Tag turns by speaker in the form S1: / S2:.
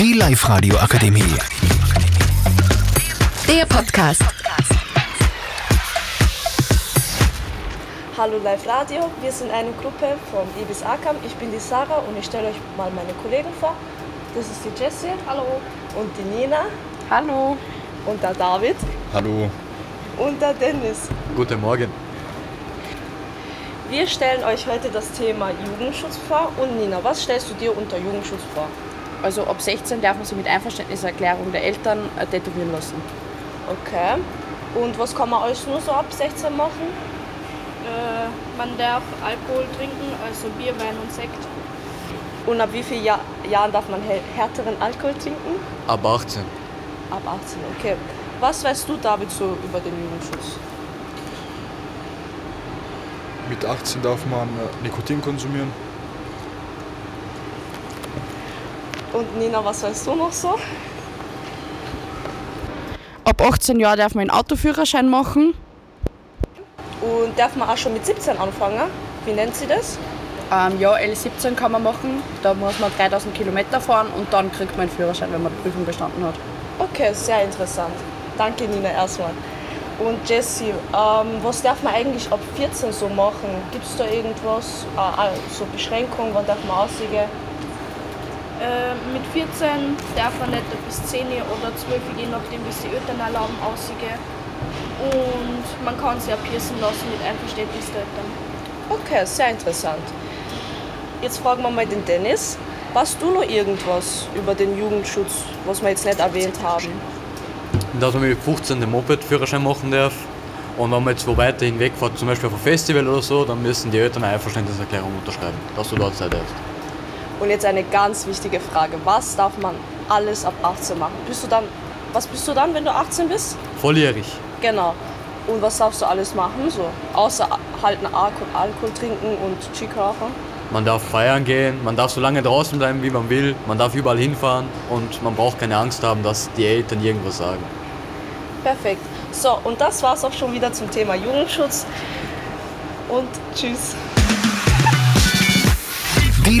S1: Die Live-Radio Akademie.
S2: Der Podcast.
S3: Hallo Live Radio, wir sind eine Gruppe von Ibis Akam. Ich bin die Sarah und ich stelle euch mal meine Kollegen vor. Das ist die Jessie. Hallo. Und die Nina.
S4: Hallo.
S3: Und der David.
S5: Hallo.
S3: Und der Dennis.
S6: Guten Morgen.
S3: Wir stellen euch heute das Thema Jugendschutz vor. Und Nina, was stellst du dir unter Jugendschutz vor?
S4: Also ab 16 darf man sich mit Einverständniserklärung der Eltern äh, tätowieren lassen.
S3: Okay. Und was kann man alles nur so ab 16 machen?
S7: Äh, man darf Alkohol trinken, also Bier, Wein und Sekt.
S3: Und ab wie vielen ja Jahren darf man hä- härteren Alkohol trinken?
S6: Ab 18.
S3: Ab 18, okay. Was weißt du, David, so über den Jugendschutz?
S5: Mit 18 darf man äh, Nikotin konsumieren.
S3: Und Nina, was weißt du noch so?
S4: Ab 18 Jahren darf man einen Autoführerschein machen.
S3: Und darf man auch schon mit 17 anfangen? Wie nennt sie das?
S4: Ähm, ja, L17 kann man machen. Da muss man 3000 Kilometer fahren und dann kriegt man einen Führerschein, wenn man die Prüfung bestanden hat.
S3: Okay, sehr interessant. Danke, Nina, erstmal. Und Jessie, ähm, was darf man eigentlich ab 14 so machen? Gibt es da irgendwas, äh, äh, so Beschränkungen, wann darf man ausgehen?
S7: Äh, mit 14 darf man nicht bis 10 oder 12, je nachdem, wie es die Eltern erlauben, aussiege. Und man kann sie ja piercen lassen mit Einverständnis der Eltern.
S3: Okay, sehr interessant. Jetzt fragen wir mal den Dennis. Weißt du noch irgendwas über den Jugendschutz, was wir jetzt nicht erwähnt haben?
S6: Dass man mit 15 den Moped-Führerschein machen darf. Und wenn man jetzt wo weiter hinwegfährt, zum Beispiel auf ein Festival oder so, dann müssen die Eltern eine Einverständniserklärung unterschreiben, dass du dort sein darfst.
S3: Und jetzt eine ganz wichtige Frage. Was darf man alles ab 18 machen? Bist du dann, was bist du dann, wenn du 18 bist?
S6: Volljährig.
S3: Genau. Und was darfst du alles machen? So, außer halten Alkohol, Alkohol trinken und Chick rauchen.
S6: Man darf feiern gehen, man darf so lange draußen bleiben, wie man will, man darf überall hinfahren und man braucht keine Angst haben, dass die Eltern irgendwas sagen.
S3: Perfekt. So, und das war's auch schon wieder zum Thema Jugendschutz. Und tschüss.
S1: Die